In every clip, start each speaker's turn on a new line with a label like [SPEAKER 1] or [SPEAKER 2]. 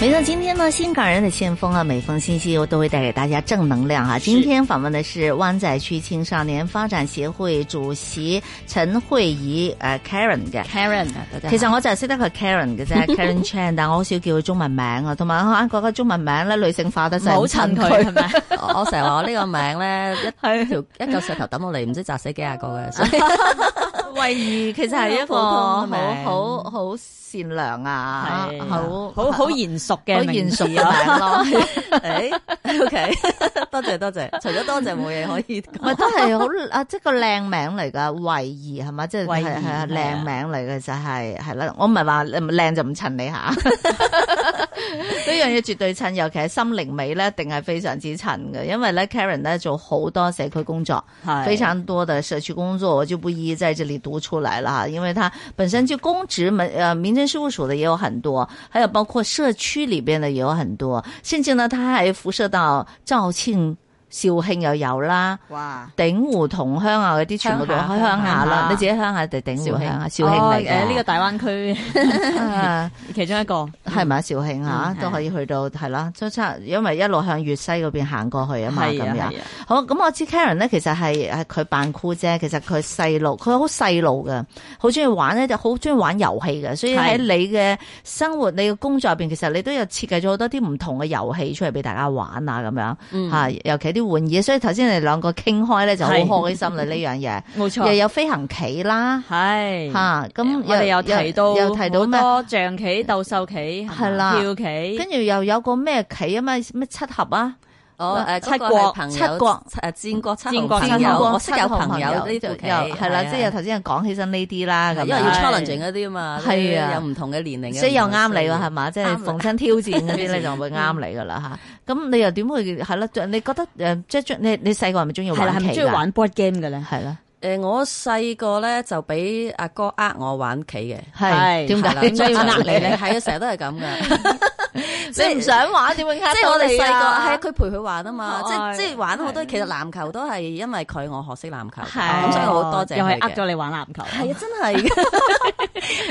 [SPEAKER 1] 没错，今天呢，新港人的先锋啊，每逢星期六都会带给大家正能量哈、今天访问的是湾仔区青少年发展协会主席陈慧儀誒、呃 Karen 嘅。
[SPEAKER 2] Karen
[SPEAKER 1] 其實我就係識得佢 Karen 嘅啫，Karen Chan，但我好少叫佢中文名啊，同埋我啱覺得中文名咧女性化得真係
[SPEAKER 2] 冇
[SPEAKER 1] 唔
[SPEAKER 2] 襯
[SPEAKER 1] 襯
[SPEAKER 2] 佢係咪？
[SPEAKER 3] 我我成日話我呢個名咧，一條一嚿石頭抌落嚟，唔知砸死幾廿個嘅， 所以
[SPEAKER 1] 慧儀其實係一個
[SPEAKER 3] 好普
[SPEAKER 1] 好
[SPEAKER 3] 通嘅名
[SPEAKER 1] 好好善良啊，
[SPEAKER 2] 係
[SPEAKER 1] 好
[SPEAKER 2] 好好嚴肅嘅
[SPEAKER 1] 好
[SPEAKER 2] 名
[SPEAKER 1] 賢淑
[SPEAKER 2] 字
[SPEAKER 1] 嘅
[SPEAKER 2] 啊，
[SPEAKER 1] 名咯。
[SPEAKER 3] 誒 OK，多謝多謝，除咗多謝冇嘢可以
[SPEAKER 1] 唔係
[SPEAKER 3] 講。
[SPEAKER 1] 都係好啊！即係個靚名嚟㗎，慧儀係嘛？即係
[SPEAKER 2] 慧儀
[SPEAKER 1] 係係啊
[SPEAKER 2] 係啊
[SPEAKER 1] 靚名嚟嘅就係係啦。我唔係話嗯靚就唔襯 你嚇，呢樣嘢絕對襯，尤其係心靈美咧，一定係非常之襯嘅。因為咧，Karen 咧做好多社區工作，
[SPEAKER 2] 係
[SPEAKER 1] 非常多的社區工作，我就不一一在這裡讀出來了哈。因為它本身就公職民呃民政事務署的也有很多，還有包括社區裡邊的也有很多，甚至呢，它還輻射到肇慶、肇慶又有啦。
[SPEAKER 2] 哇！
[SPEAKER 1] 鼎湖同鄉啊嗰啲全部都喺鄉下
[SPEAKER 2] 鄉下
[SPEAKER 1] 啦，你自己鄉下定鼎湖鄉下？肇慶
[SPEAKER 2] 哦
[SPEAKER 1] 嚟
[SPEAKER 2] 誒
[SPEAKER 1] 嘅
[SPEAKER 2] 呢個大灣區
[SPEAKER 1] 啊
[SPEAKER 2] 其中一個
[SPEAKER 1] 係咪啊？肇慶嚇
[SPEAKER 2] 嗯
[SPEAKER 1] 都可以去到係啦，即係因為一路向粵西嗰邊行過去啊嘛，咁
[SPEAKER 2] 係啊
[SPEAKER 1] 樣
[SPEAKER 2] 係啊。
[SPEAKER 1] 好，咁我知 Karen 咧，其實係係佢扮酷啫，其實佢細路，佢好細路嘅，好中意玩咧，就好中意玩遊戲嘅，所以喺
[SPEAKER 2] 係
[SPEAKER 1] 你嘅生活、你嘅工作入邊，其實你都有設計咗好多啲唔同嘅遊戲出嚟俾大家玩啊，咁
[SPEAKER 3] 嗯
[SPEAKER 1] 樣嚇，尤其啲玩意，所以頭先你兩個傾開咧就好
[SPEAKER 2] 嗯係
[SPEAKER 1] 開心啦呢樣嘢，
[SPEAKER 2] 冇
[SPEAKER 1] 又
[SPEAKER 2] 錯，
[SPEAKER 1] 有飛行棋啦
[SPEAKER 2] 係嗯
[SPEAKER 1] 嚇，咁
[SPEAKER 2] 我哋又提到
[SPEAKER 1] 又提到咩
[SPEAKER 2] 好？多象棋、鬥獸棋、啊
[SPEAKER 1] 係啦
[SPEAKER 2] 跳棋，
[SPEAKER 1] 跟住又有個咩棋啊嘛，咩七合啊，
[SPEAKER 3] 我誒
[SPEAKER 2] 七國
[SPEAKER 3] 呃朋
[SPEAKER 1] 七
[SPEAKER 3] 友
[SPEAKER 1] 國
[SPEAKER 3] 誒戰國七
[SPEAKER 2] 戰
[SPEAKER 3] 國
[SPEAKER 2] 國
[SPEAKER 3] 朋
[SPEAKER 2] 七
[SPEAKER 3] 友，
[SPEAKER 2] 國
[SPEAKER 3] 我識有朋友呢
[SPEAKER 1] 度
[SPEAKER 3] 度
[SPEAKER 1] 又係啦，即係頭先講起身呢啲啦，咁
[SPEAKER 3] 因為要
[SPEAKER 2] 啊係
[SPEAKER 3] challenge 嗰啲啊嘛，
[SPEAKER 1] 係啊
[SPEAKER 3] 有唔同嘅年齡嘅，
[SPEAKER 1] 所以又啱你
[SPEAKER 3] 喎，
[SPEAKER 1] 喎，係嘛？即
[SPEAKER 3] 啱啊嗯
[SPEAKER 1] 係
[SPEAKER 3] 你
[SPEAKER 1] 逢親挑戰嗰 啲咧，就會啱你噶啦吓。咁你又點會係啦？你覺得誒，即係你你細個係咪中意
[SPEAKER 2] 係啦，
[SPEAKER 1] 玩
[SPEAKER 2] 係
[SPEAKER 1] 棋
[SPEAKER 2] 咪
[SPEAKER 1] 㗎
[SPEAKER 2] 中意？玩 board game 嘅咧？
[SPEAKER 1] 係啦，
[SPEAKER 3] 誒，我細個咧就俾阿哥呃我玩棋嘅，
[SPEAKER 1] 係
[SPEAKER 2] 係
[SPEAKER 1] 點
[SPEAKER 3] 係啦
[SPEAKER 1] 解點解要呃你咧？
[SPEAKER 3] 係啊，成日都係咁嘅。
[SPEAKER 1] 你唔想玩點會呃
[SPEAKER 3] 即係我哋細個係啊
[SPEAKER 1] 細
[SPEAKER 3] 佢陪佢玩啊嘛，即係
[SPEAKER 2] 係
[SPEAKER 3] 即係玩好多。其實籃球都係因為佢我學識籃球，
[SPEAKER 1] 係
[SPEAKER 3] 咁所以我好多謝
[SPEAKER 2] 哦又
[SPEAKER 3] 佢
[SPEAKER 2] 係呃
[SPEAKER 3] 嘅。
[SPEAKER 2] 咗你玩籃球，
[SPEAKER 1] 哎
[SPEAKER 3] 係啊，真係嘅，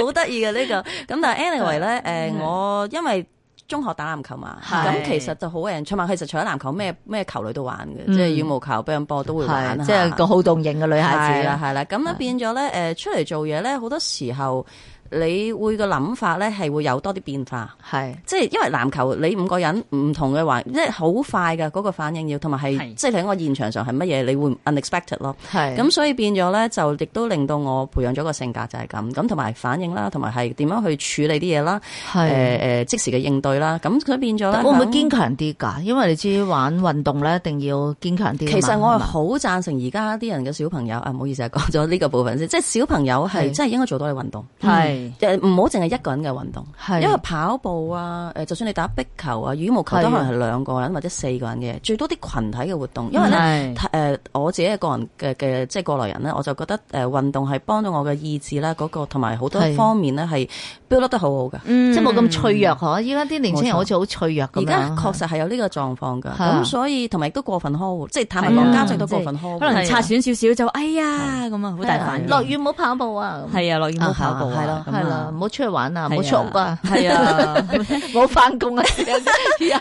[SPEAKER 3] 好得意嘅呢 個。咁但係 anyway 咧，誒我因為中學打籃球嘛，
[SPEAKER 1] 嗯係
[SPEAKER 3] 咁其實就好 enjoy 嘛。其實除咗籃球，咩咩球類都玩嘅，
[SPEAKER 1] 嗯
[SPEAKER 3] 即係羽毛球、乒乓波都會玩啊下
[SPEAKER 1] 係即係個好動型嘅女孩
[SPEAKER 3] 係
[SPEAKER 1] 子
[SPEAKER 3] 啦
[SPEAKER 1] 啊，
[SPEAKER 3] 係啦，咁咧變咗咧誒出嚟做嘢咧，好多時候你會個諗法咧係會有多啲變化。
[SPEAKER 1] 係
[SPEAKER 3] 即係因為籃球你五個人唔同嘅環，即係好快㗎嗰、個反應要，同埋係
[SPEAKER 2] 係
[SPEAKER 3] 即係喺我現場上係乜嘢，你會 unexpected 咯。
[SPEAKER 1] 係
[SPEAKER 3] 咁所以變咗咧，就亦都令到我培養咗個性格就係咁，咁同埋反應啦，同埋係點樣去處理啲嘢啦，誒誒、
[SPEAKER 1] 係。
[SPEAKER 3] 即時嘅應對啦，咁啊佢變咗咧。
[SPEAKER 1] 會唔會
[SPEAKER 3] 響
[SPEAKER 1] 堅強啲㗎？因為你知玩運動咧，一定要堅強啲㗎嘛。
[SPEAKER 3] 其實我
[SPEAKER 1] 係
[SPEAKER 3] 係
[SPEAKER 1] 嘛
[SPEAKER 3] 好贊成而家啲人嘅小朋友啊，唔好意思啊， 講咗呢個部分先，即係小朋友係
[SPEAKER 1] 係
[SPEAKER 3] 真係應該做多啲運動，
[SPEAKER 2] 係
[SPEAKER 3] 誒唔好淨係一個人嘅運動。
[SPEAKER 1] 嗯係
[SPEAKER 3] 因為跑步啊，誒，就算你打壁球啊、羽毛球
[SPEAKER 1] 係
[SPEAKER 3] 都
[SPEAKER 1] 啊
[SPEAKER 3] 可能係兩個人或者四個人嘅，最多啲群體嘅活動。因為嗯咧，
[SPEAKER 1] 嗯
[SPEAKER 2] 咧
[SPEAKER 3] 誒、呃我自己嘅個人嘅嘅即係過來人咧，我就覺得誒、呃運動係幫到我嘅意志啦，嗰、個同埋好多
[SPEAKER 1] 係
[SPEAKER 3] 方面咧係 build up 得好好嘅。
[SPEAKER 2] 即
[SPEAKER 1] 即係冇咁脆弱嗬。依家啲年青人
[SPEAKER 3] 冇錯
[SPEAKER 1] 好似好脆弱咁
[SPEAKER 3] 而
[SPEAKER 1] 樣。
[SPEAKER 3] 家確實係有呢個狀況㗎，
[SPEAKER 1] 係啊
[SPEAKER 3] 咁所以同埋亦都過分呵護，即係坦白
[SPEAKER 2] 係
[SPEAKER 3] 講，
[SPEAKER 2] 啊
[SPEAKER 3] 家長都過分呵護，
[SPEAKER 2] 可能
[SPEAKER 3] 係啊
[SPEAKER 2] 擦損少少就哎呀咁啊，好大反應。
[SPEAKER 1] 落雨唔好跑步啊。
[SPEAKER 2] 係啊，落雨唔好跑步
[SPEAKER 3] 係
[SPEAKER 2] 啊
[SPEAKER 3] 咯，
[SPEAKER 1] 系啦，唔好出去玩啊，
[SPEAKER 2] 係啊
[SPEAKER 1] 唔好出屋啊，
[SPEAKER 2] 係 啊，
[SPEAKER 1] 唔好翻工啊，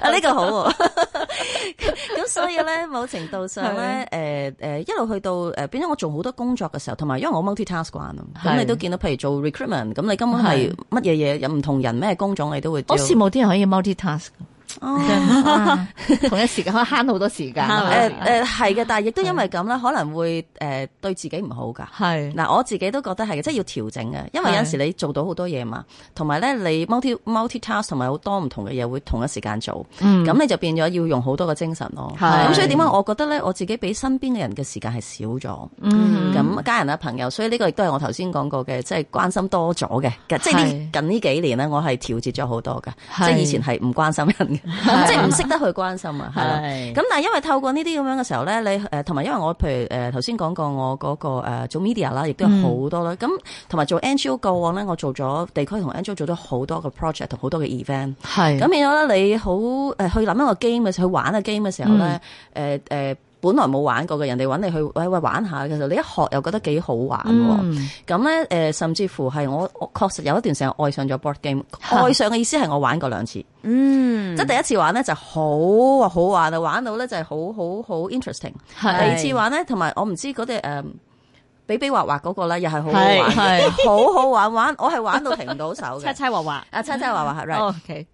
[SPEAKER 3] 啊， 呢個好喎。 咁所以咧，某程度上咧，誒誒、一路去到誒，變咗我做好多工作嘅時候，同埋因為我 multitask 慣啊，咁
[SPEAKER 1] 係
[SPEAKER 3] 你都見到，譬如做 recruitment，咁你根本係乜嘢嘢有唔同人咩工種，你都會
[SPEAKER 1] 我
[SPEAKER 3] 做。
[SPEAKER 1] 羨慕啲人可 以 multitask，
[SPEAKER 3] 哦
[SPEAKER 1] 啊 同一時間可以慳好多時間
[SPEAKER 2] 慳好多
[SPEAKER 3] 誒
[SPEAKER 2] 時
[SPEAKER 3] 誒呃係嘅，但係亦都因為咁咧，可能會誒、呃對自己唔好㗎。
[SPEAKER 1] 係
[SPEAKER 3] 嗱，我自己都覺得係嘅，即係要調整嘅，因為
[SPEAKER 1] 係
[SPEAKER 3] 有陣時你做到好多嘢嘛，同埋咧你 multi multitask 同埋好多唔同嘅嘢會同一時間做，咁、
[SPEAKER 1] 嗯
[SPEAKER 3] 你就變咗要用好多嘅精神咯。
[SPEAKER 1] 係
[SPEAKER 3] 咁所以點解我覺得咧，我自己俾身邊嘅人嘅時間係少咗，
[SPEAKER 1] 嗯
[SPEAKER 3] 咁家人啊朋友，所以呢個亦都係我頭先講過嘅，即係關心多咗嘅，即係呢
[SPEAKER 1] 係
[SPEAKER 3] 近呢幾年咧，我係調節咗好多嘅，
[SPEAKER 1] 係
[SPEAKER 3] 即係以前係唔關心人
[SPEAKER 1] 係
[SPEAKER 3] 即係唔識得去關心啊，係啦。
[SPEAKER 2] 係
[SPEAKER 3] 咁但係因為透過呢啲咁樣嘅時候咧，你呃誒同埋因為我譬如誒頭先講過我嗰、個、呃、做 media 啦，亦都
[SPEAKER 1] 嗯
[SPEAKER 3] 有好多啦。咁同埋做 NGO 過往咧，我做咗地區同 NGO 做咗好多個 project 同好多嘅 event。
[SPEAKER 1] 係
[SPEAKER 3] 咁變咗咧，你好誒去諗一個 game 嘅時候，去玩個 game 嘅時候咧，誒誒、
[SPEAKER 1] 嗯
[SPEAKER 3] 呃本來冇玩過嘅人哋揾你去喂喂玩下嘅時候，你一學又覺得幾好玩喎。
[SPEAKER 1] 嗯
[SPEAKER 3] 咁咧誒，甚至乎係我我確實有一段時間愛上咗 board game。
[SPEAKER 1] 嚇
[SPEAKER 3] 愛上嘅意思係我玩過兩次，
[SPEAKER 2] 嗯，
[SPEAKER 3] 即係第一次玩咧就好好玩啊，玩到咧就係好好好 interesting。第
[SPEAKER 1] 係
[SPEAKER 3] 二次玩咧，同埋我唔知嗰啲誒比比畫畫嗰個咧，又係好好
[SPEAKER 1] 係
[SPEAKER 3] 玩，
[SPEAKER 1] 係
[SPEAKER 3] 好好玩玩，我係玩到停唔到手 嘅。
[SPEAKER 2] 猜畫畫。
[SPEAKER 3] 啊，猜猜畫畫係
[SPEAKER 2] 哦
[SPEAKER 3] right，
[SPEAKER 1] O K，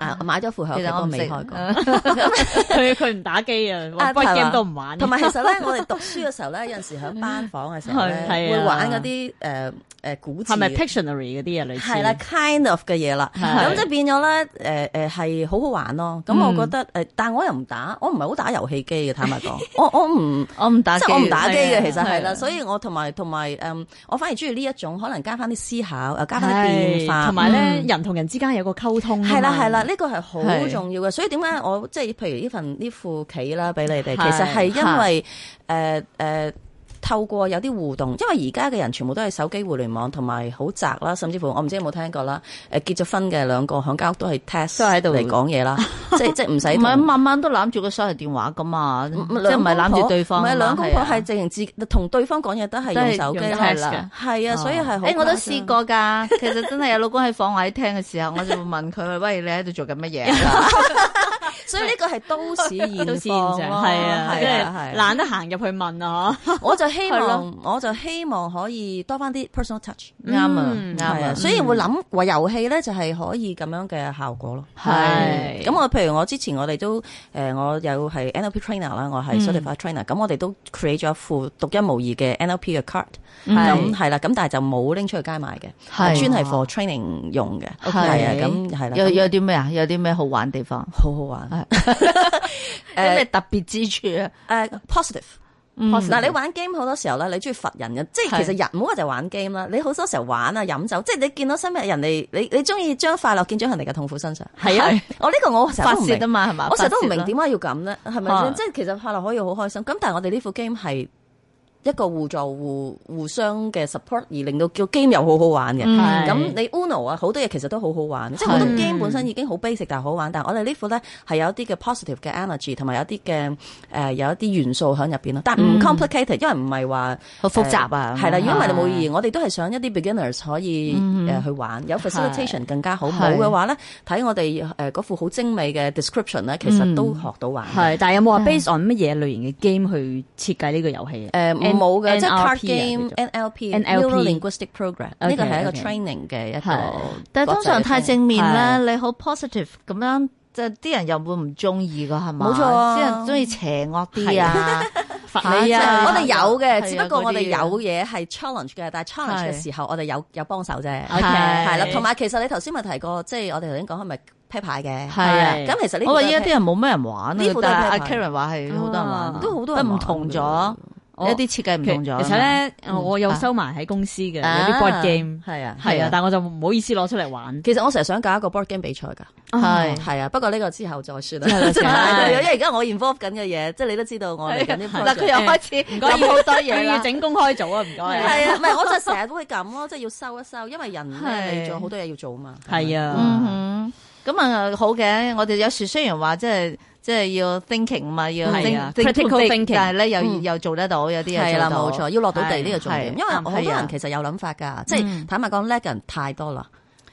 [SPEAKER 3] 啊我買咗副喺屋
[SPEAKER 1] 其
[SPEAKER 3] 企
[SPEAKER 1] 實
[SPEAKER 3] 不
[SPEAKER 1] 我
[SPEAKER 3] 過
[SPEAKER 1] 唔識
[SPEAKER 3] 未開過。
[SPEAKER 2] 佢佢唔打機啊
[SPEAKER 3] 啊
[SPEAKER 2] ，board
[SPEAKER 3] 係嘛
[SPEAKER 2] game 都唔玩。
[SPEAKER 3] 同埋其實咧，我哋讀書嘅時候咧，有陣時喺班房嘅時候咧，
[SPEAKER 2] 係係啊
[SPEAKER 3] 會玩嗰啲誒誒古字
[SPEAKER 2] 係咪 Pictionary 嗰啲啊？類似
[SPEAKER 3] 係啦，kind of 嘅嘢啦，
[SPEAKER 2] 係
[SPEAKER 3] 咁即係變咗咧，誒誒係好好玩咯。咁
[SPEAKER 1] 嗯
[SPEAKER 3] 我覺得誒，但我又唔打，我唔係好打遊戲機嘅，坦白 講，我我唔
[SPEAKER 1] 我唔打
[SPEAKER 3] 即
[SPEAKER 1] 機，
[SPEAKER 3] 係我唔打機嘅，其實係
[SPEAKER 1] 係
[SPEAKER 3] 啦，
[SPEAKER 1] 啊
[SPEAKER 3] 所以我同埋同埋誒，我反而中意呢一種，可能加翻啲思考，誒加翻啲
[SPEAKER 2] 係
[SPEAKER 3] 變化，
[SPEAKER 2] 同埋咧人同人之間有個溝通啊㗎嘛。
[SPEAKER 3] 係啦係啦，呢個係好
[SPEAKER 1] 係
[SPEAKER 3] 重要嘅，所以點解我即係譬如呢份呢副棋啦，俾你哋，
[SPEAKER 2] 係
[SPEAKER 3] 其實係因為誒誒透過有啲互動，因為而家嘅人全部都係手機互聯網同埋好宅啦，甚至乎我唔知有冇聽過啦，誒結咗婚嘅兩個響間屋都係 test
[SPEAKER 2] 都喺度
[SPEAKER 3] 嚟講嘢啦，即係即係唔使
[SPEAKER 1] 唔
[SPEAKER 3] 同
[SPEAKER 1] 係晚晚都攬住個手提電話噶嘛，即係唔係攬住對方
[SPEAKER 3] 唔
[SPEAKER 1] 啊㗎嘛，
[SPEAKER 3] 係兩公婆係
[SPEAKER 1] 係
[SPEAKER 3] 直情自同對方講嘢都係
[SPEAKER 1] 都
[SPEAKER 3] 用
[SPEAKER 1] 係
[SPEAKER 3] 手機
[SPEAKER 1] 用
[SPEAKER 3] 啦
[SPEAKER 1] text 嘅，哦
[SPEAKER 3] 係啊，所以係好
[SPEAKER 1] 誒，我都
[SPEAKER 3] 誇張
[SPEAKER 1] 試過㗎，其實真係有老公喺房外聽嘅時候，我就會問佢：喂，你喺度做緊乜嘢啊？
[SPEAKER 3] 所以呢個係都市現
[SPEAKER 2] 都市現
[SPEAKER 3] 況
[SPEAKER 2] 象
[SPEAKER 3] 咯
[SPEAKER 2] 係啊，即
[SPEAKER 3] 係啊係啊
[SPEAKER 2] 係懶得行入去問啊，嗬
[SPEAKER 3] 我就希
[SPEAKER 2] 係
[SPEAKER 3] 望
[SPEAKER 2] 咯，
[SPEAKER 3] 我就希望可以多翻啲 personal touch。
[SPEAKER 1] 啱啊，
[SPEAKER 2] 嗯
[SPEAKER 1] 啱
[SPEAKER 3] 係
[SPEAKER 1] 啊
[SPEAKER 3] 啊，，所以會諗話遊戲咧就係可以咁樣嘅效果咯。
[SPEAKER 1] 係
[SPEAKER 3] 咁我譬如我之前我哋都誒、呃我有係 NLP trainer 啦，我
[SPEAKER 1] 嗯
[SPEAKER 3] 係 certified trainer，咁、我哋都 create 咗一副獨一無二嘅 NLP 嘅 card，咁
[SPEAKER 1] 嗯係
[SPEAKER 3] 係啦，咁但係就冇拎出去街賣嘅，
[SPEAKER 1] 係
[SPEAKER 3] 專係 for training 用嘅，
[SPEAKER 1] OK
[SPEAKER 3] 係啊，咁係啦，
[SPEAKER 1] 有
[SPEAKER 3] 咁
[SPEAKER 1] 有啲咩啊？有啲咩好玩地方？
[SPEAKER 3] 好好玩，誒、
[SPEAKER 1] 有咩特別之處啊？
[SPEAKER 3] positive。
[SPEAKER 1] 嗯
[SPEAKER 3] 嗱，你玩 game 好多時候咧，你中意罰人嘅，即係其實人唔好話就玩 game 啦，你好多時候玩啊、飲酒，即係你見到身邊人哋，你你中意將快樂建咗人哋嘅痛苦身上。
[SPEAKER 2] 係啊，
[SPEAKER 3] 我呢個我成日
[SPEAKER 1] 發
[SPEAKER 3] 都唔
[SPEAKER 1] 泄啊
[SPEAKER 3] 明，
[SPEAKER 1] 嘛，係嘛？
[SPEAKER 3] 我成日都唔
[SPEAKER 1] 發泄
[SPEAKER 3] 明
[SPEAKER 1] 啦
[SPEAKER 3] 點解要咁咧，係咪
[SPEAKER 1] 啊
[SPEAKER 3] 先？即係其實快樂可以好開心，咁但係我哋呢副 game 係一個互助互互相嘅 support，而令到叫 game 又好好玩嘅。
[SPEAKER 1] 嗯
[SPEAKER 3] 咁你 Uno 啊，好多嘢其實都好好玩，即係好多 game 本身已經好 basic 但係好玩，但係我哋呢副咧係有一啲嘅 positive 嘅 energy，同埋有啲嘅誒有一啲元素喺入邊咯，但
[SPEAKER 1] 嗯
[SPEAKER 3] 唔 complicated，因為唔係話
[SPEAKER 1] 好複雜啊
[SPEAKER 3] 哎誒係啦，
[SPEAKER 1] 咁
[SPEAKER 3] 如
[SPEAKER 1] 啊嗯
[SPEAKER 3] 果唔係你冇意義。我哋都係想一啲 beginners 可以誒去玩，有 facilitation 更加好。
[SPEAKER 1] 係嗯
[SPEAKER 3] 冇嘅話咧，睇我哋誒嗰副好精美嘅 description 咧，其實都學到玩。
[SPEAKER 2] 係，但係有冇話 based on 乜嘢類型嘅 game 去設計呢個遊戲啊？
[SPEAKER 3] 誒冇嘅，即係
[SPEAKER 2] NLP 啊
[SPEAKER 3] card game、NLP、
[SPEAKER 2] NLP
[SPEAKER 3] Neuro Linguistic Program，呢個係一個
[SPEAKER 2] OK，OK
[SPEAKER 3] training 嘅一
[SPEAKER 2] 係
[SPEAKER 3] 個。
[SPEAKER 1] 但係通常太正面
[SPEAKER 2] 係
[SPEAKER 1] 咧，你好 positive 咁樣，即係啲人又會唔中意噶係嘛？
[SPEAKER 3] 冇錯啊
[SPEAKER 1] 啲人中意邪惡啲啊，
[SPEAKER 2] 罰你
[SPEAKER 1] 嚇
[SPEAKER 2] 啊！
[SPEAKER 3] 我哋有
[SPEAKER 1] 係啊
[SPEAKER 3] 嘅，只不過我哋
[SPEAKER 1] 嗰啲
[SPEAKER 3] 有嘢係 challenge 嘅，但係 challenge
[SPEAKER 1] 係
[SPEAKER 3] 嘅時候，我哋有有幫手啫。
[SPEAKER 2] OK
[SPEAKER 3] 係啦，同埋其實你頭先咪提過，即係我哋頭先講係咪啤牌嘅？
[SPEAKER 1] 係啊
[SPEAKER 2] 係
[SPEAKER 3] 咁其實呢副
[SPEAKER 1] 我話
[SPEAKER 3] 都係
[SPEAKER 1] 依家啲
[SPEAKER 3] 啤
[SPEAKER 1] 人冇咩人玩啊
[SPEAKER 3] 呢，副都係
[SPEAKER 1] 但係阿
[SPEAKER 3] 啤牌
[SPEAKER 1] Karen 話係好多人玩啊
[SPEAKER 2] 啊，
[SPEAKER 3] 都好多人
[SPEAKER 1] 不過唔
[SPEAKER 3] 玩
[SPEAKER 1] 同
[SPEAKER 3] 㗎
[SPEAKER 1] 咗，
[SPEAKER 2] 我
[SPEAKER 1] 有啲設計唔
[SPEAKER 2] 其
[SPEAKER 1] 同咗。
[SPEAKER 2] 其實咧，我有收埋喺公司嘅有啲 board game，
[SPEAKER 3] 係啊，
[SPEAKER 2] 係啊，但我就唔好意思攞出嚟玩。
[SPEAKER 3] 其實我成日想搞一個 board game 比賽㗎，
[SPEAKER 1] 係
[SPEAKER 3] 係啊，不過呢個之後再算
[SPEAKER 2] 之後 再
[SPEAKER 3] 啦。
[SPEAKER 2] 算
[SPEAKER 3] 係因為而家我 involve 緊嘅嘢，即係你都知道我嚟緊 啲
[SPEAKER 1] 嗱，佢
[SPEAKER 3] project。
[SPEAKER 1] 又開始
[SPEAKER 2] 唔該，
[SPEAKER 1] 諗好多 嘢
[SPEAKER 2] 要
[SPEAKER 1] 啦。
[SPEAKER 2] 整公開組啊！唔該，
[SPEAKER 3] 係啊，唔係我就成日都會咁咯，即係要收一收，因為人
[SPEAKER 1] 係
[SPEAKER 3] 咧你仲有好多嘢要做嘛。
[SPEAKER 2] 係啊，
[SPEAKER 1] 嗯哼，咁啊好嘅，我哋有時雖然話即係即係要 thinking 嘛，要
[SPEAKER 2] 係啊
[SPEAKER 1] think- think too
[SPEAKER 2] critical
[SPEAKER 1] big，
[SPEAKER 2] thinking
[SPEAKER 1] 但係咧又
[SPEAKER 3] 嗯
[SPEAKER 1] 又做得到，有啲嘢
[SPEAKER 3] 係啦，
[SPEAKER 1] 做
[SPEAKER 3] 冇
[SPEAKER 1] 到。
[SPEAKER 3] 錯，要落到地
[SPEAKER 2] 係
[SPEAKER 3] 呢個重點，因
[SPEAKER 1] 係
[SPEAKER 3] 為
[SPEAKER 1] 啱
[SPEAKER 3] 好多
[SPEAKER 1] 係啊
[SPEAKER 3] 人其實有諗法㗎，即
[SPEAKER 1] 嗯
[SPEAKER 3] 係坦白講叻嘅人太多啦，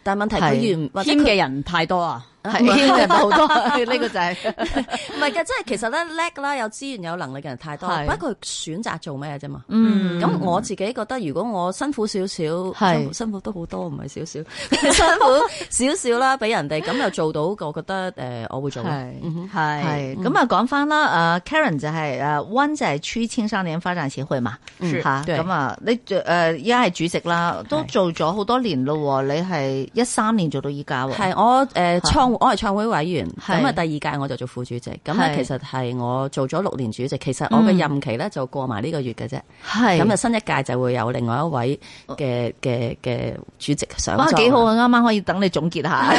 [SPEAKER 3] 但係問題佢
[SPEAKER 1] 係
[SPEAKER 3] 願或者
[SPEAKER 2] 兼
[SPEAKER 3] 佢
[SPEAKER 2] 嘅人太多啊，
[SPEAKER 1] 係牽 人好多，呢個就係
[SPEAKER 3] 唔係㗎，即係其實咧叻啦，有資源有能力嘅人太多，
[SPEAKER 1] 係
[SPEAKER 3] 不過佢選擇做咩啫嘛。
[SPEAKER 1] 嗯
[SPEAKER 3] 咁我自己覺得，如果我辛苦少少，
[SPEAKER 1] 係
[SPEAKER 3] 辛苦辛苦都好多，唔係少少， 辛苦少少啦，俾人哋咁又做到，我覺得誒、呃我會做。
[SPEAKER 1] 係
[SPEAKER 3] 嗯哼
[SPEAKER 2] 係
[SPEAKER 1] 係咁啊，講翻啦，誒 Karen 就係誒灣仔區青少年發展協會嘛，
[SPEAKER 3] 嗯
[SPEAKER 1] 嚇
[SPEAKER 3] 對
[SPEAKER 1] 咁啊，你誒而家係主席啦，都
[SPEAKER 3] 係
[SPEAKER 1] 做咗好多年咯喎，你係一三年做到依家喎，
[SPEAKER 3] 係我誒、呃、創我係創會委員，
[SPEAKER 1] 係
[SPEAKER 3] 咁啊第二屆我就做副主席，咁
[SPEAKER 1] 係嗯
[SPEAKER 3] 咧其實係我做咗六年主席，其實我嘅任期咧就過埋呢個月嘅啫，
[SPEAKER 1] 係哦
[SPEAKER 3] 咁啊新一屆就會有另外一位嘅嘅嘅主席上
[SPEAKER 1] 哇，
[SPEAKER 3] 莊
[SPEAKER 1] 幾好 啊！啱啱可以等你總結下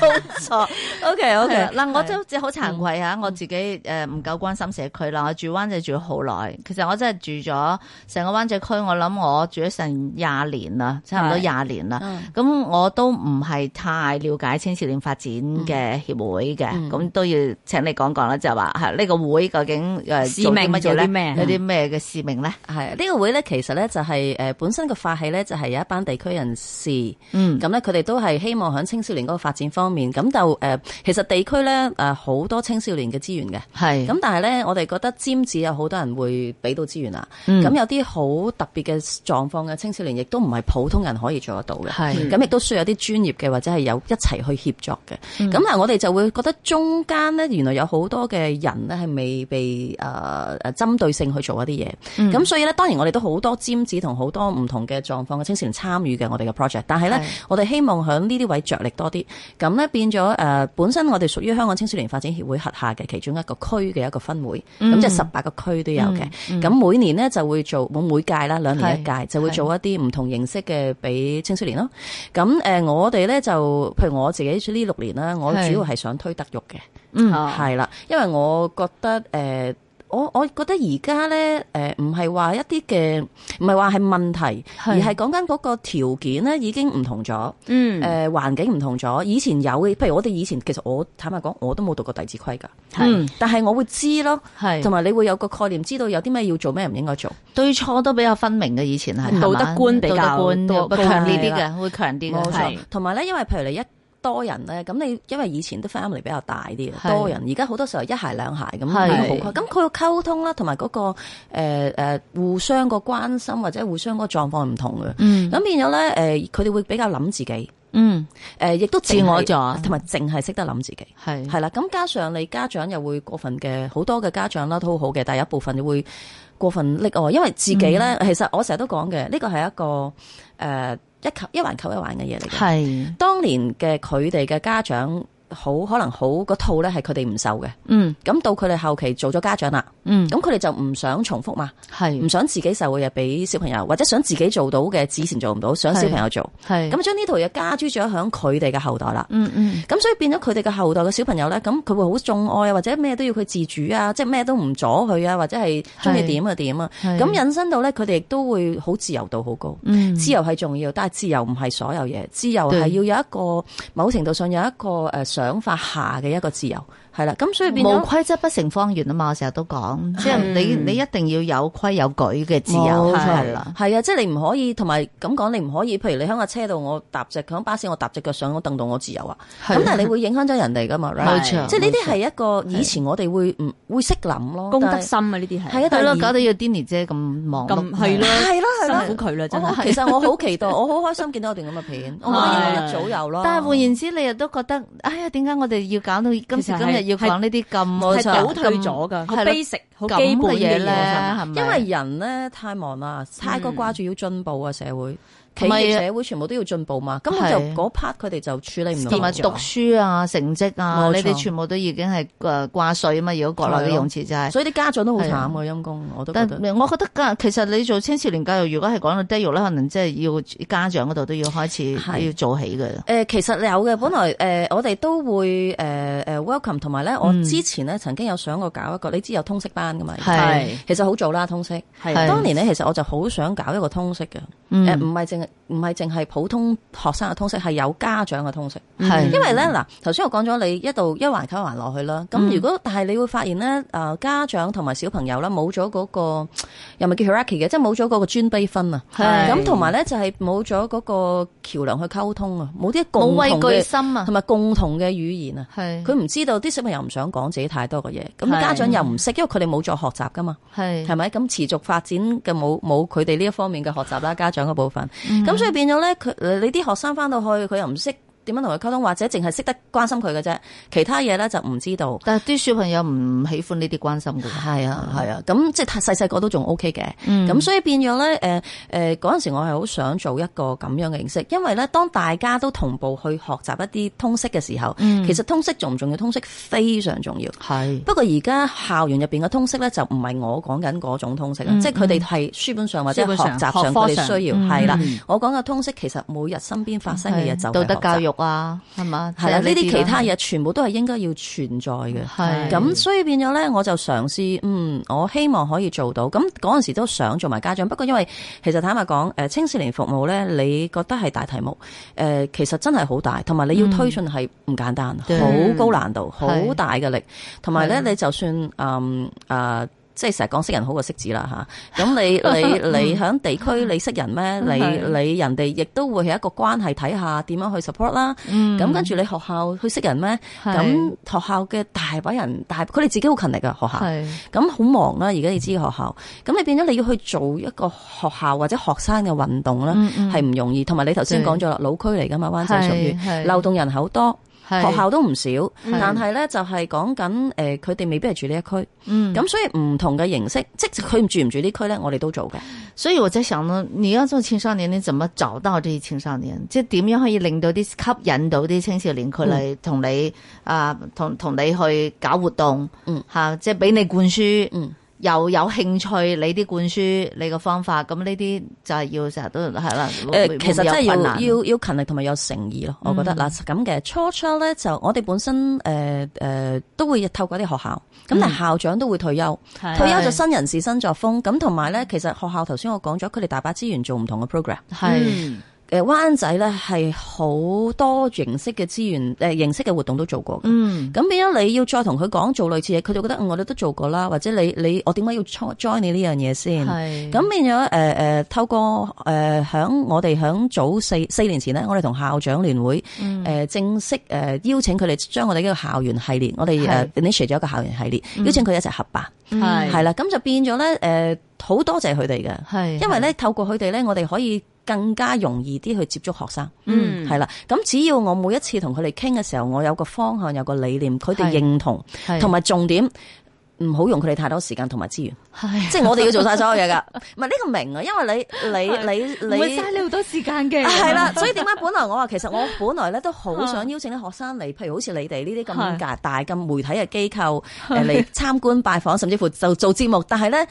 [SPEAKER 1] 工 作。
[SPEAKER 3] ，O K O
[SPEAKER 1] 係啊
[SPEAKER 3] K，
[SPEAKER 1] 嗱，我都即係好慚愧
[SPEAKER 3] 嗯
[SPEAKER 1] 啊！我自己誒唔夠關心社區啦，我住灣仔住咗好耐。其實我真係住咗成個灣仔區，我諗我住咗成廿年啦，差唔多
[SPEAKER 3] 係
[SPEAKER 1] 廿年啦。
[SPEAKER 3] 嗯
[SPEAKER 1] 咁我都唔係太了解青少年發展嘅協會嘅，
[SPEAKER 3] 嗯
[SPEAKER 1] 咁、都要請你講講啦，就係話啊係呢個會究竟誒
[SPEAKER 2] 使
[SPEAKER 1] 做啲
[SPEAKER 2] 命
[SPEAKER 1] 乜嘢
[SPEAKER 2] 做啲
[SPEAKER 1] 咧？
[SPEAKER 2] 咩
[SPEAKER 1] 有啲咩嘅使命咧？
[SPEAKER 3] 係呢個會咧，其實咧就係誒本身個發起咧就係有一班地區人士，
[SPEAKER 1] 嗯，
[SPEAKER 3] 咁咧佢哋都係希望喺青少年嗰個發展方面，咁就誒其實地區咧誒好多青少年嘅資源嘅。
[SPEAKER 1] 係
[SPEAKER 3] 咁但係咧，我哋覺得尖子有好多人會俾到資源啦。
[SPEAKER 1] 嗯
[SPEAKER 3] 咁、有啲好特別嘅狀況嘅青少年，亦都唔係普通人可以做得到嘅。
[SPEAKER 1] 係
[SPEAKER 3] 咁亦都需要有啲專業嘅，或者係有一齊去協作嘅。
[SPEAKER 1] 嗯
[SPEAKER 3] 咁但係我哋就會覺得中間咧，原來有好多嘅人咧係未被誒誒、呃、針對性去做一啲嘢。
[SPEAKER 1] 嗯
[SPEAKER 3] 咁、所以咧，當然我哋都好多尖子同好多唔同嘅狀況嘅青少年參與嘅我哋嘅 project，但係咧
[SPEAKER 1] 係，
[SPEAKER 3] 我哋希望喺呢啲位着力多啲。咁咧變咗誒、呃本身我哋屬於香港青少年發展協會轄下嘅其中一個區嘅一個分會，咁、
[SPEAKER 1] 嗯
[SPEAKER 3] 即係十八個區都有嘅。咁、每年咧就會做，每每屆啦，兩年一屆
[SPEAKER 1] 係
[SPEAKER 3] 就會做一啲唔同形式嘅俾青少年咯。咁誒、呃我哋咧就譬如我自己呢六年啦，我
[SPEAKER 1] 係
[SPEAKER 3] 主要係想推德育嘅。
[SPEAKER 1] 嗯
[SPEAKER 3] 係啦，因為我覺得誒、呃我我覺得而家咧誒，唔係話一啲嘅，唔係話係問題，
[SPEAKER 1] 係
[SPEAKER 3] 而係講緊嗰個條件咧已經唔同咗，誒、
[SPEAKER 2] 嗯
[SPEAKER 3] 環境唔同咗。以前有嘅，譬如我哋以前其實我坦白講，我都冇讀過弟子規㗎，
[SPEAKER 1] 嗯
[SPEAKER 3] 但係我會知咯，
[SPEAKER 1] 係
[SPEAKER 3] 同埋你會有個概念，知道有啲咩要做，咩唔應該做。
[SPEAKER 1] 對錯都比較分明嘅，以前係
[SPEAKER 2] 道德觀比較
[SPEAKER 1] 道德
[SPEAKER 2] 多
[SPEAKER 1] 觀會
[SPEAKER 2] 高
[SPEAKER 1] 強烈啲
[SPEAKER 3] 係
[SPEAKER 1] 嘅，會強啲
[SPEAKER 3] 冇
[SPEAKER 1] 嘅，
[SPEAKER 3] 錯
[SPEAKER 1] 係，
[SPEAKER 3] 同埋咧，因為譬如你一多人咧，咁你因為以前啲 family 比較大啲
[SPEAKER 1] 係
[SPEAKER 3] 嘅，多人而家好多時候一孩兩孩咁，
[SPEAKER 1] 係
[SPEAKER 3] 已經好開咁佢個溝通啦，同埋嗰個誒誒、呃互相個關心或者互相嗰個狀況唔同嘅，
[SPEAKER 1] 嗯
[SPEAKER 3] 咁變咗咧誒，佢哋會比較諗自己，誒、
[SPEAKER 1] 嗯
[SPEAKER 3] 亦都
[SPEAKER 1] 自我嗯咗
[SPEAKER 3] 同埋淨係識得諗自己。
[SPEAKER 1] 係
[SPEAKER 3] 係啦，咁加上你家長又會過分嘅，好多嘅家長啦都好好嘅，但係有一部分你會過分溺愛，因為自己咧，
[SPEAKER 1] 嗯
[SPEAKER 3] 其實我成日都講嘅，呢個係一個誒、呃一扣一環扣一環嘅嘢嚟嘅。
[SPEAKER 1] 係
[SPEAKER 3] 當年嘅佢哋嘅家長好可能好嗰套咧係佢哋唔受嘅，
[SPEAKER 1] 嗯
[SPEAKER 3] 咁到佢哋後期做咗家長啦，
[SPEAKER 1] 嗯
[SPEAKER 3] 咁佢哋就唔想重複嘛，唔
[SPEAKER 1] 係
[SPEAKER 3] 想自己受嘅嘢俾小朋友，或者想自己做到嘅以前做唔到，想小朋友做，
[SPEAKER 1] 係
[SPEAKER 3] 咁將呢套嘢加諸咗響佢哋嘅後代啦。
[SPEAKER 1] 嗯嗯
[SPEAKER 3] 咁所以變咗佢哋嘅後代嘅小朋友咧，咁佢會好縱愛啊，或者咩都要佢自主啊，即係咩都唔阻佢啊，或者係中意點就點啊。
[SPEAKER 1] 係
[SPEAKER 3] 咁引申到咧，佢哋亦都會好自由度好高。
[SPEAKER 1] 嗯
[SPEAKER 3] 自由係重要，但係自由唔係所有嘢，自由係
[SPEAKER 1] 對
[SPEAKER 3] 要有一個某程度上有一個誒想法下嘅一個自由，係啦。咁所以變
[SPEAKER 1] 無
[SPEAKER 3] 咗
[SPEAKER 1] 規則不成方圓啊嘛，我成日都講，即係你你一定要有規有矩嘅自由
[SPEAKER 3] 冇錯
[SPEAKER 1] 係啦，
[SPEAKER 3] 係啊，即係你唔可以同埋咁講，你唔可以，譬如你喺個車度，我踏隻響巴士，我踏隻腳上我凳度，我自由啊。咁但係你會影響咗人哋噶嘛？
[SPEAKER 1] 冇
[SPEAKER 3] right？
[SPEAKER 1] 錯，
[SPEAKER 3] 即係呢啲係一個以前我哋會唔會識諗咯，
[SPEAKER 2] 公德
[SPEAKER 3] 但係
[SPEAKER 2] 心啊呢啲係
[SPEAKER 3] 係啊
[SPEAKER 1] 係
[SPEAKER 3] 但
[SPEAKER 1] 咯，
[SPEAKER 3] 係
[SPEAKER 1] 搞到要 Denny 姐咁忙碌
[SPEAKER 2] 咁係咯，
[SPEAKER 3] 係咯係
[SPEAKER 2] 辛
[SPEAKER 3] 咯
[SPEAKER 2] 苦佢啦，真
[SPEAKER 3] 我
[SPEAKER 2] 係。
[SPEAKER 3] 其實我好期待，我好開心見到有段咁嘅片，我覺得應該一早有咯。
[SPEAKER 1] 但係換言之，你又都覺得，哎呀，點解我哋要搞到今時
[SPEAKER 2] 其實係
[SPEAKER 1] 今日要講呢啲咁
[SPEAKER 2] 係倒退
[SPEAKER 1] 咁
[SPEAKER 2] 咗㗎，好
[SPEAKER 1] 係咯
[SPEAKER 2] basic、好
[SPEAKER 1] 咁
[SPEAKER 2] 基
[SPEAKER 1] 嘅
[SPEAKER 2] 本
[SPEAKER 1] 嘢
[SPEAKER 2] 嘅
[SPEAKER 1] 咧？
[SPEAKER 2] 嘢咧。
[SPEAKER 1] 係咪
[SPEAKER 3] 因為人咧太忙啦，太過掛住要進步啊，社會、企
[SPEAKER 1] 同埋
[SPEAKER 3] 業、社會全部都要進步嘛，咁佢就
[SPEAKER 1] 係
[SPEAKER 3] 嗰 part 佢哋就處理唔到。
[SPEAKER 1] 同埋讀書啊、成績啊，
[SPEAKER 3] 冇錯
[SPEAKER 1] 你哋全部都已經係誒掛水啊嘛！如果國內嘅用詞就係、
[SPEAKER 3] 所以啲家長都好慘嘅陰公，我都覺
[SPEAKER 1] 但嗯
[SPEAKER 3] 得。
[SPEAKER 1] 我覺得㗎，其實你做青少年教育，如果係講到低育咧，可能即係要家長嗰度都要開始
[SPEAKER 3] 係
[SPEAKER 1] 要做起嘅。
[SPEAKER 3] 誒、其實有嘅，本來誒、我哋都會誒誒、welcome，同埋咧，我之前咧曾經有想過搞一個，你知有通識班噶嘛？
[SPEAKER 1] 係
[SPEAKER 3] 其實好早啦，通識。
[SPEAKER 1] 係
[SPEAKER 3] 當年咧，其實我就好想搞一個通識嘅，誒
[SPEAKER 1] 嗯，
[SPEAKER 3] 唔係淨係唔係淨係普通學生嘅通識，係有家長嘅通識。
[SPEAKER 1] 係
[SPEAKER 3] 因為咧嗱，頭先我講咗你一度一環扣一環落去啦。
[SPEAKER 1] 嗯
[SPEAKER 3] 咁如果但係你會發現咧，誒、啊家長同埋小朋友啦，冇咗嗰個又咪叫 hierarchy 嘅，即係冇咗嗰個尊卑分啊。
[SPEAKER 1] 係
[SPEAKER 3] 咁同埋咧就係冇咗嗰個橋梁去溝通啊，冇啲
[SPEAKER 1] 冇
[SPEAKER 3] 共
[SPEAKER 1] 畏
[SPEAKER 3] 同
[SPEAKER 1] 懼
[SPEAKER 3] 嘅
[SPEAKER 1] 心啊
[SPEAKER 3] 同，埋共同嘅語言啊。
[SPEAKER 1] 係
[SPEAKER 3] 佢唔知道啲小朋友唔想講自己太多嘅嘢，咁
[SPEAKER 1] 係
[SPEAKER 3] 家長又唔識，因為佢哋冇做學習噶嘛。係
[SPEAKER 1] 係
[SPEAKER 3] 咪？咁持續發展嘅冇冇佢
[SPEAKER 1] 嗯
[SPEAKER 3] 哋呢一方面嘅學習啦，家長嘅部分。咁、所以變咗咧，佢你啲學生翻到去，佢又唔識點樣同佢溝通，或者淨係識得關心佢嘅啫，其他嘢咧就唔知道。
[SPEAKER 1] 但係啲小朋友唔喜歡呢啲關心嘅。
[SPEAKER 3] 係啊，係啊，咁即係太細細個都仲 OK 嘅，咁、
[SPEAKER 1] 嗯
[SPEAKER 3] 所以變咗咧，誒誒嗰陣時我係好想做一個咁樣嘅形式，因為咧當大家都同步去學習一啲通識嘅時候，
[SPEAKER 1] 嗯
[SPEAKER 3] 其實通識重唔重要？通識非常重要。
[SPEAKER 1] 係
[SPEAKER 3] 不過而家校園入邊嘅通識咧，就唔係我講緊嗰種通識啦，
[SPEAKER 1] 嗯
[SPEAKER 3] 即係佢哋係書本上或者
[SPEAKER 2] 書
[SPEAKER 3] 學
[SPEAKER 2] 本
[SPEAKER 3] 習
[SPEAKER 2] 上
[SPEAKER 3] 上
[SPEAKER 2] 學科
[SPEAKER 3] 佢哋
[SPEAKER 2] 上
[SPEAKER 3] 需要
[SPEAKER 1] 嗯
[SPEAKER 3] 係啦。我講嘅通識其實每日身邊發生嘅嘢就係
[SPEAKER 1] 道德
[SPEAKER 3] 學習
[SPEAKER 1] 教育啊，係嘛？
[SPEAKER 3] 係啦，呢
[SPEAKER 1] 即係
[SPEAKER 3] 啲其他
[SPEAKER 1] 啦
[SPEAKER 3] 嘢全部都係應該要存在嘅。
[SPEAKER 1] 係
[SPEAKER 3] 咁所以變咗咧，我就嘗試，嗯，我希望可以做到。咁嗰陣時都想做埋家長，不過因為其實坦白講，誒青少年服務咧，你覺得係大題目，誒、呃其實真係好大，同埋你要推進係唔簡單，好、
[SPEAKER 1] 嗯對
[SPEAKER 3] 高難度，好
[SPEAKER 1] 係
[SPEAKER 3] 大嘅力，同埋咧
[SPEAKER 1] 係啊
[SPEAKER 3] 你就算嗯啊。即係成日講識人好過識字啦吓，咁 你你你喺地區你識人咩？你
[SPEAKER 1] 係
[SPEAKER 3] 你人哋亦都會係一個關係睇下點樣去 support 啦。
[SPEAKER 1] 嗯
[SPEAKER 3] 咁跟住你學校去識人咩？
[SPEAKER 1] 係
[SPEAKER 3] 咁學校嘅大把人，大佢哋自己好勤力噶學校，
[SPEAKER 1] 係
[SPEAKER 3] 咁好忙啦。啊而家你知學校，咁你變咗你要去做一個學校或者學生嘅運動啦，
[SPEAKER 1] 嗯嗯
[SPEAKER 3] 係唔容易。同埋你頭先
[SPEAKER 1] 對
[SPEAKER 3] 講咗啦，老區嚟噶嘛，灣仔屬於
[SPEAKER 1] 係係
[SPEAKER 3] 流動人口多，
[SPEAKER 1] 係
[SPEAKER 3] 學校都唔少，但係咧就係講緊誒，佢哋未必係住呢一區，
[SPEAKER 1] 嗯
[SPEAKER 3] 咁所以唔同嘅形式，即係佢住唔住呢區咧，我哋都做嘅。
[SPEAKER 1] 所以我在想呢，你要做青少年，你怎麼找到這些青少年？即係點樣可以令到啲吸引到啲青少年佢嚟
[SPEAKER 3] 嗯
[SPEAKER 1] 同你啊，同同你去搞活動，
[SPEAKER 3] 嗯
[SPEAKER 1] 吓、即係俾你灌輸，
[SPEAKER 3] 嗯
[SPEAKER 1] 又有興趣你啲灌輸你嘅方法，咁呢啲就係要成日都係啦。
[SPEAKER 3] 誒、
[SPEAKER 1] 會會
[SPEAKER 3] 呃其實真係
[SPEAKER 1] 會有
[SPEAKER 3] 要
[SPEAKER 1] 困嗯難
[SPEAKER 3] 要要勤力同埋有誠意咯，我覺得嗱咁嘅初初咧就我哋本身誒誒、呃都會透過啲學校，
[SPEAKER 1] 嗯
[SPEAKER 3] 咁但係校長都會退休，退休就新人事新作風，咁同埋咧其實學校頭先我講咗，佢哋大把資源做唔同嘅 program，
[SPEAKER 1] 係
[SPEAKER 3] 誒灣仔咧係好多形式嘅資源誒、呃、形式嘅活動都做過嘅。
[SPEAKER 1] 嗯
[SPEAKER 3] 咁變咗你要再同佢講做類似嘢，佢就覺得、嗯我哋都做過啦，或者你你我點解要 join join 你呢樣嘢先？
[SPEAKER 1] 係
[SPEAKER 3] 嗯咁變咗誒誒，透過誒響我哋響早四四年前咧，我哋同校長聯會誒、
[SPEAKER 1] 嗯
[SPEAKER 3] 呃正式誒、呃邀請佢哋將我哋呢個校園系列，我哋誒 initiate 咗一個校園系列，
[SPEAKER 1] 嗯
[SPEAKER 3] 邀請佢一齊合辦，
[SPEAKER 1] 係
[SPEAKER 3] 係啦，咁就變咗咧誒，好、多謝佢哋嘅，
[SPEAKER 1] 係，
[SPEAKER 3] 因為咧透過佢哋咧，我哋可以更加容易啲去接觸學生，
[SPEAKER 1] 嗯
[SPEAKER 3] 係啦，咁只要我每一次同佢哋傾嘅時候，我有個方向，有個理念，佢哋
[SPEAKER 1] 係
[SPEAKER 3] 認同，
[SPEAKER 1] 係
[SPEAKER 3] 同埋重點唔好用佢哋太多時間同埋資源。
[SPEAKER 1] 係
[SPEAKER 3] 即係我哋要做晒所有嘢 㗎，唔係呢個明啊，因為你你你你
[SPEAKER 2] 你好多時間 嘅
[SPEAKER 3] 係啦，所以點解本來我話其實我本來咧都好想邀請啲學生嚟，譬如好似你哋呢啲咁大大咁媒體嘅機 構誒嚟參觀拜訪，甚至乎就做節目，但係咧。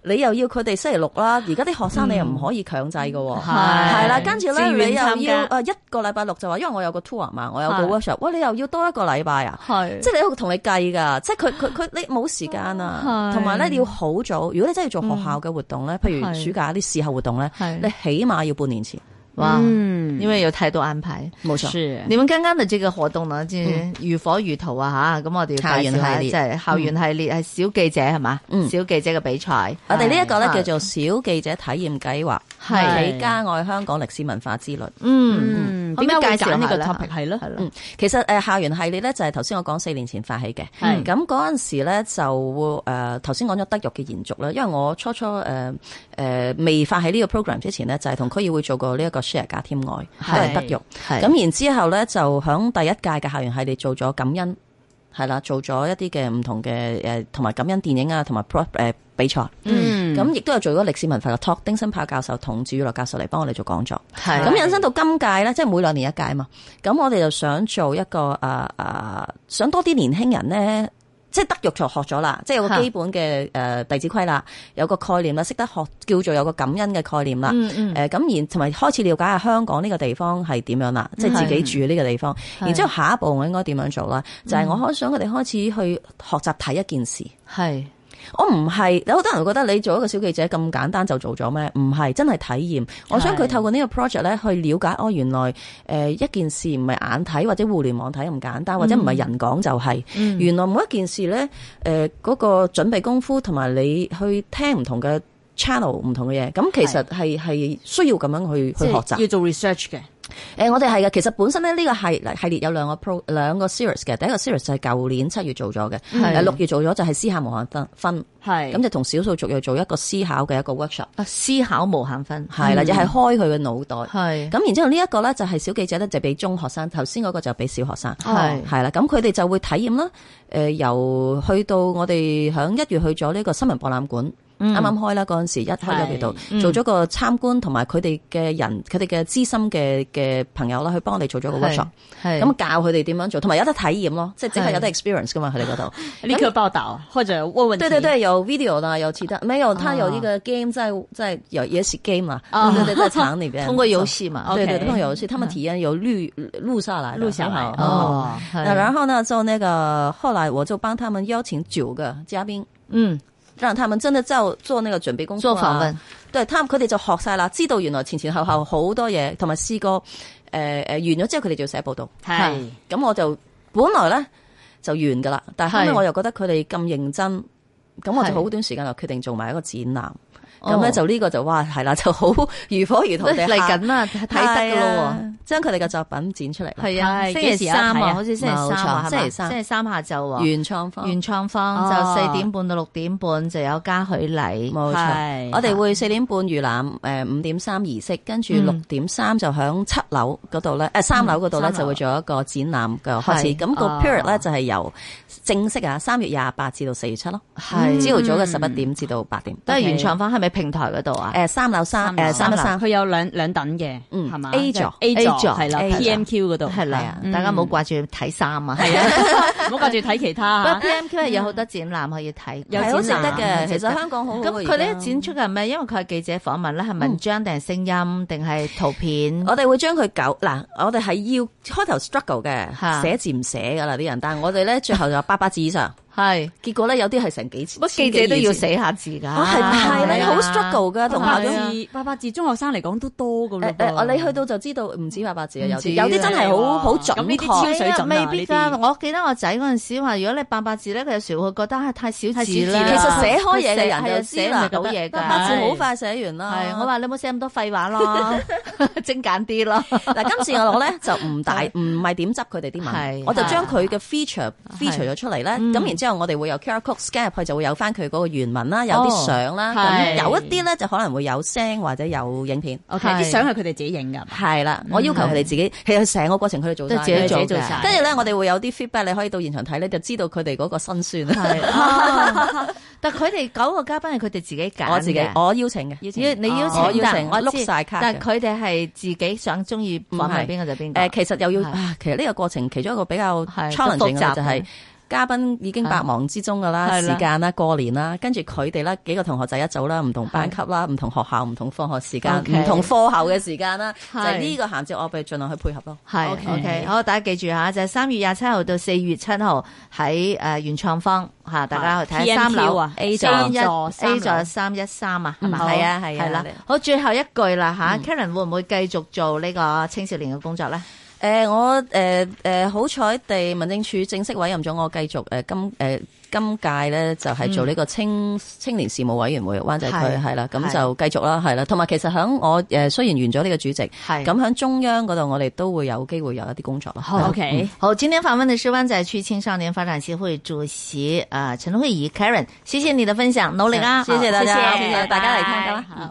[SPEAKER 3] 你又要佢哋星期六啦，而家啲學生你又唔可以強制㗎喎，係啦，跟住咧
[SPEAKER 2] 嗯自願
[SPEAKER 3] 你又
[SPEAKER 2] 參
[SPEAKER 3] 要
[SPEAKER 2] 加
[SPEAKER 3] 啊一個禮拜六就話，因為我有個 tour 嘛，我有個
[SPEAKER 2] 係
[SPEAKER 3] workshop，哇你又要多一個禮拜啊，
[SPEAKER 2] 係
[SPEAKER 3] 即係你喺度同你計㗎，即係佢佢佢你冇時間啊，
[SPEAKER 2] 係
[SPEAKER 3] 同埋咧你要好早。如果你真係要做學校嘅活動咧，譬如
[SPEAKER 2] 係
[SPEAKER 3] 暑假啲試後活動咧，
[SPEAKER 2] 係
[SPEAKER 3] 你起碼要半年前，
[SPEAKER 1] 哇，
[SPEAKER 2] 嗯
[SPEAKER 1] 因為有太多安排。
[SPEAKER 3] 冇錯。
[SPEAKER 2] 是
[SPEAKER 1] 你們剛剛的這個活動呢，即
[SPEAKER 3] 嗯
[SPEAKER 1] 係如火如荼啊吓，咁我哋要介
[SPEAKER 3] 校
[SPEAKER 1] 紹下，
[SPEAKER 3] 園系列
[SPEAKER 1] 即係校園系列係小記者係嘛，
[SPEAKER 3] 嗯
[SPEAKER 1] 小記者嘅比啊賽，
[SPEAKER 3] 我哋啊呢一個咧叫
[SPEAKER 1] 係
[SPEAKER 3] 做小記者體驗計劃，
[SPEAKER 1] 係
[SPEAKER 3] 企家愛香港歷史文化之旅。
[SPEAKER 1] 嗯，
[SPEAKER 2] 嗯，
[SPEAKER 1] 可唔
[SPEAKER 2] 點
[SPEAKER 1] 可
[SPEAKER 2] 解
[SPEAKER 1] 以
[SPEAKER 2] 會
[SPEAKER 1] 介紹下
[SPEAKER 2] 揀呢個
[SPEAKER 1] 咧
[SPEAKER 2] topic 係咯？
[SPEAKER 1] 係咯，
[SPEAKER 3] 嗯，其實誒校園系列咧就係頭先我講四年前發起嘅，
[SPEAKER 2] 係
[SPEAKER 3] 咁嗰陣時咧就誒頭先講咗德育嘅延續啦，因為我初初誒誒未發起呢個 program 之前咧，就係同區議會做過呢一個 share 家添愛，都係
[SPEAKER 2] 係
[SPEAKER 3] 德育。
[SPEAKER 1] 係
[SPEAKER 3] 咁然之後咧，就響第一屆嘅校園系列做咗感恩，係啦，做咗一啲嘅唔同嘅誒，同埋感恩電影啊，同埋 pro 誒比賽。
[SPEAKER 2] 嗯
[SPEAKER 3] 咁亦都有做咗歷史文化嘅 talk，丁新豹教授同趙宇樂教授嚟幫我哋做講座。
[SPEAKER 1] 係
[SPEAKER 3] 咁引申到今屆咧，即係每兩年一屆嘛。咁我哋就想做一個啊啊，想多啲年輕人咧。即係德育就學咗啦，即係有個
[SPEAKER 1] 嚇
[SPEAKER 3] 基本嘅誒、呃弟子規啦，有個概念啦，識得學叫做有個感恩嘅概念啦。
[SPEAKER 1] 嗯嗯
[SPEAKER 3] 誒呃咁然同埋開始了解下香港呢個地方係點樣啦，即係自己住呢個地方。然之後下一步我應該點樣做啦？就係我開想佢哋開始去學習睇一件事。
[SPEAKER 1] 係
[SPEAKER 3] 我哦唔係有好多人會覺得你做一個小記者咁簡單就做咗咩？唔係真係體驗。我想佢透過呢個 project 咧去了解，哦原來誒、呃一件事唔係眼睇或者互聯網睇咁簡單，或者唔係人講就係、原來每一件事咧誒嗰個準備功夫同埋你去聽唔同嘅 channel 唔同嘅嘢，咁其實係係需要咁樣去去學習。
[SPEAKER 2] 要做 research 嘅，
[SPEAKER 3] 誒，我哋係嘅。其實本身咧呢個系列系列有兩個 pro 兩個 series 嘅，第一個 series 就係舊年七月做咗嘅，
[SPEAKER 1] 係
[SPEAKER 3] 誒六月做咗就係思考無限分分，
[SPEAKER 2] 係
[SPEAKER 3] 咁就同少數族裔做一個思考嘅一個 workshop，
[SPEAKER 1] 啊思考無限分，
[SPEAKER 3] 係啦，亦係開佢嘅腦袋。
[SPEAKER 1] 嗯係
[SPEAKER 3] 咁然之後呢一個咧就係小記者咧就俾中學生，頭先嗰個就俾小學生，
[SPEAKER 1] 係
[SPEAKER 3] 係啦。咁佢哋就會體驗啦。誒、由去到我哋響一月去咗呢個新聞博覽館，啱啱、開啦嗰陣時，一開咗嚟到
[SPEAKER 1] 嗯
[SPEAKER 3] 做咗個參觀，同埋佢哋嘅人，佢哋嘅資深嘅嘅朋友啦，去幫我哋做咗個 workshop，
[SPEAKER 1] 係
[SPEAKER 3] 咁教佢哋點樣做，同埋有得體驗咯，即係即
[SPEAKER 1] 係
[SPEAKER 3] 係有得 experience 噶嘛，佢哋嗰度。
[SPEAKER 2] 立刻報道或者問問題。
[SPEAKER 3] 對對對，有 video 啦，有其他，沒有，他有
[SPEAKER 2] 啊
[SPEAKER 3] 一個 game 在在有也是 game 嘛，
[SPEAKER 2] 啊
[SPEAKER 3] 對對對，在廠裏邊
[SPEAKER 1] 通過遊戲嘛，
[SPEAKER 3] 啊对
[SPEAKER 2] OK
[SPEAKER 3] 对，朋友是他们体验有录录下来的，
[SPEAKER 2] 录下来
[SPEAKER 3] 很好哦。
[SPEAKER 1] 哦，
[SPEAKER 3] 那
[SPEAKER 1] 係
[SPEAKER 3] 然后呢，就那个后来我就帮他们邀请九个嘉宾，
[SPEAKER 1] 嗯
[SPEAKER 3] 让他们真的做做那个准备工作、
[SPEAKER 1] 做
[SPEAKER 3] 啊。
[SPEAKER 1] 訪問，
[SPEAKER 3] 對，他佢哋就學晒啦，知道原來前前後後好多嘢，同埋試過誒誒呃完咗之後，佢哋就要寫報道。
[SPEAKER 2] 係
[SPEAKER 3] 咁我就本來咧就完噶啦，但係後
[SPEAKER 1] 係
[SPEAKER 3] 尾我又覺得佢哋咁認真，咁我
[SPEAKER 1] 係
[SPEAKER 3] 就好短時間就決定做埋一個展覽。
[SPEAKER 1] 哦
[SPEAKER 3] 咁咧就呢個就哇係啦，就好 如火如荼地
[SPEAKER 1] 嚟
[SPEAKER 3] 下
[SPEAKER 1] 緊啦，睇得噶咯喎。
[SPEAKER 3] 啊，將佢哋嘅作品展出嚟啦，
[SPEAKER 1] 係啊，
[SPEAKER 2] 係
[SPEAKER 1] 星期三
[SPEAKER 2] 幾時有得睇
[SPEAKER 1] 啊，
[SPEAKER 2] 啊
[SPEAKER 1] 好似星期三
[SPEAKER 3] 冇
[SPEAKER 1] 啊，
[SPEAKER 3] 錯
[SPEAKER 1] 係嘛
[SPEAKER 3] 星期三
[SPEAKER 1] 星期三下晝啊，
[SPEAKER 3] 原創方。
[SPEAKER 1] 原創方
[SPEAKER 2] 哦
[SPEAKER 1] 就四點半到六點半就有嘉許禮，
[SPEAKER 3] 冇錯
[SPEAKER 2] 係，
[SPEAKER 3] 我哋會四點半預覽，誒五點三儀式，跟住六點三就響七樓嗰度咧，誒三樓嗰度咧
[SPEAKER 2] 三樓
[SPEAKER 3] 就會做一個展覽嘅開始。
[SPEAKER 1] 係
[SPEAKER 3] 咁個
[SPEAKER 2] 哦
[SPEAKER 3] period 咧就係由正式啊三月廿八至到四月七咯，
[SPEAKER 1] 係
[SPEAKER 3] 朝早嘅十一點至到八點。
[SPEAKER 1] 都係
[SPEAKER 2] OK
[SPEAKER 1] 原創方，係咪平台嗰度啊？
[SPEAKER 3] 誒三樓
[SPEAKER 2] 呃
[SPEAKER 3] 三誒三一三，
[SPEAKER 2] 佢有兩兩等嘅，
[SPEAKER 3] 嗯
[SPEAKER 2] 係嘛
[SPEAKER 3] A
[SPEAKER 2] 即係
[SPEAKER 3] 座
[SPEAKER 2] A
[SPEAKER 1] A
[SPEAKER 2] 座
[SPEAKER 1] 座
[SPEAKER 2] 係啦
[SPEAKER 3] A 座
[SPEAKER 2] ，PMQ 嗰度
[SPEAKER 1] 係
[SPEAKER 3] 係
[SPEAKER 1] 啦
[SPEAKER 3] 啊，
[SPEAKER 1] 大家唔好掛住睇衫啊，
[SPEAKER 2] 係啊， 唔好掛住睇其 他
[SPEAKER 1] 不過
[SPEAKER 2] 啊
[SPEAKER 1] PMQ 係有好多展覽可以睇，
[SPEAKER 2] 有
[SPEAKER 3] 係好值
[SPEAKER 2] 展
[SPEAKER 3] 得
[SPEAKER 2] 覽
[SPEAKER 3] 嘅。其
[SPEAKER 1] 值
[SPEAKER 3] 實
[SPEAKER 1] 得
[SPEAKER 3] 香港好好
[SPEAKER 1] 咁
[SPEAKER 3] 嘅
[SPEAKER 1] 佢
[SPEAKER 3] 而
[SPEAKER 1] 咧
[SPEAKER 3] 家
[SPEAKER 1] 展出嘅係咩？因為佢係記者訪問咧，係文章定係聲音定係圖片？
[SPEAKER 3] 我哋會將佢搞嗱，我哋係要開頭 struggle
[SPEAKER 1] 嚇
[SPEAKER 3] 嘅，寫字唔寫噶啦啲人，但係我哋咧最後就八百字以上，
[SPEAKER 1] 係
[SPEAKER 3] 結果咧有啲係成幾千，
[SPEAKER 1] 乜記者都要寫下字㗎，
[SPEAKER 3] 啊，係係
[SPEAKER 1] 係
[SPEAKER 3] 咧，
[SPEAKER 1] 啊
[SPEAKER 3] 好 struggle 噶，同
[SPEAKER 2] 八
[SPEAKER 3] 埋
[SPEAKER 2] 百
[SPEAKER 3] 嗰啲
[SPEAKER 2] 字八百字中學生嚟講都多噶咯
[SPEAKER 3] 誒誒，我你去到就知道唔止八百字啊，有
[SPEAKER 1] 唔止
[SPEAKER 3] 啲有啲真係
[SPEAKER 2] 係
[SPEAKER 3] 好
[SPEAKER 2] 啊
[SPEAKER 3] 好
[SPEAKER 2] 咁
[SPEAKER 3] 準
[SPEAKER 2] 呢啲
[SPEAKER 3] 確
[SPEAKER 2] 超。水準啊
[SPEAKER 1] 未必
[SPEAKER 2] 呢
[SPEAKER 1] 㗎。
[SPEAKER 2] 啲
[SPEAKER 1] 我記得我仔嗰陣時話，如果你八百字咧，佢有時會覺得啊太少
[SPEAKER 2] 太少
[SPEAKER 1] 字
[SPEAKER 2] 字
[SPEAKER 1] 啦。
[SPEAKER 2] 啦
[SPEAKER 3] 其實寫開嘢
[SPEAKER 1] 寫啊
[SPEAKER 3] 嘅人就
[SPEAKER 1] 寫
[SPEAKER 3] 知
[SPEAKER 1] 唔
[SPEAKER 3] 啦，
[SPEAKER 1] 到嘢㗎，
[SPEAKER 3] 八百字
[SPEAKER 2] 係
[SPEAKER 3] 好快寫完啦。
[SPEAKER 1] 係我話你冇寫咁多廢話咯，精簡啲咯。
[SPEAKER 3] 嗱，今次我咧就唔大唔係點執佢哋啲
[SPEAKER 1] 係
[SPEAKER 3] 文，我就將佢嘅 feature
[SPEAKER 1] 係
[SPEAKER 3] feature 咗出嚟咧。
[SPEAKER 1] 嗯
[SPEAKER 3] 咁然之後，我哋會有 QR code scan 入去，就會有翻佢嗰個原文啦，有
[SPEAKER 1] 哦
[SPEAKER 3] 啲相啦，咁
[SPEAKER 2] 係
[SPEAKER 3] 有一啲咧就可能會有聲或者有影片。
[SPEAKER 2] ，OK，
[SPEAKER 1] 係
[SPEAKER 2] 啲相係佢哋自己影㗎，
[SPEAKER 3] 係啦，我要求佢哋自己，其實成個過程佢哋做
[SPEAKER 1] 都
[SPEAKER 3] 晒
[SPEAKER 1] 自己
[SPEAKER 3] 嘅
[SPEAKER 1] 做
[SPEAKER 2] 自
[SPEAKER 1] 嘅
[SPEAKER 2] 己做晒。
[SPEAKER 3] 跟住咧，我哋會有啲 feedback，你可以到現場睇咧，就知道佢哋嗰個辛酸啊。
[SPEAKER 1] 係啊， 但佢哋九個嘉賓係佢哋自己揀嘅
[SPEAKER 3] 我自己我邀請嘅，邀
[SPEAKER 1] 要你邀請
[SPEAKER 3] 我邀
[SPEAKER 1] 但
[SPEAKER 3] 請，我
[SPEAKER 1] 知
[SPEAKER 3] 碌晒卡嘅
[SPEAKER 1] 但佢哋係自己想中意訪問邊個就邊個。
[SPEAKER 3] 誒，其實又要
[SPEAKER 1] 係
[SPEAKER 3] 啊，其實呢個過程其中一個比較
[SPEAKER 1] 係
[SPEAKER 3] challenging
[SPEAKER 1] 複雜
[SPEAKER 3] 嘅就
[SPEAKER 1] 嘅
[SPEAKER 3] 係嘉賓已經百忙之中噶
[SPEAKER 1] 係
[SPEAKER 3] 啦，
[SPEAKER 1] 啦
[SPEAKER 3] 時間啦，過年啦，跟住佢哋啦，幾個同學仔一組啦，唔同班級啦，唔同學校，唔同放學時間，
[SPEAKER 1] OK
[SPEAKER 3] 唔同課後嘅時間啦，就
[SPEAKER 1] 係
[SPEAKER 3] 係呢個銜接，我哋盡量去配合咯。
[SPEAKER 1] 係
[SPEAKER 2] OK
[SPEAKER 1] OK，好，大家記住吓，就係三月廿七號到四月七號喺誒原創方吓，大家去睇下
[SPEAKER 2] PMQ
[SPEAKER 1] 三樓
[SPEAKER 2] 啊
[SPEAKER 1] ，A
[SPEAKER 3] 座
[SPEAKER 1] 三一
[SPEAKER 2] 三樓
[SPEAKER 1] A 座三一三啊，係
[SPEAKER 3] 嗯
[SPEAKER 1] 咪？
[SPEAKER 3] 係啊係啊嗯
[SPEAKER 1] 係啦
[SPEAKER 3] 係啊。
[SPEAKER 1] 好，最後一句啦吓，Karen 會唔會繼續做呢個青少年嘅工作咧？
[SPEAKER 3] 誒、呃我誒誒好彩地，民政處正式委任咗我繼續誒、呃今誒、今屆咧就係做呢個青、青年事務委員會灣仔區
[SPEAKER 1] 係
[SPEAKER 3] 係啦，咁
[SPEAKER 1] 係
[SPEAKER 3] 就繼續啦，係啦。同埋其實響我誒、呃雖然完咗呢個主席，咁
[SPEAKER 1] 係
[SPEAKER 3] 響中央嗰度我哋都會有機會有一啲工作咯。係啦
[SPEAKER 2] OK，
[SPEAKER 1] 好，今天访问的是湾仔区青少年发展协会主席啊、呃陈慧仪 Karen，谢谢你的分享，努力啊！
[SPEAKER 3] 谢谢大家，
[SPEAKER 2] 謝
[SPEAKER 3] 謝謝大家嚟聽㗎啦。
[SPEAKER 2] 拜拜好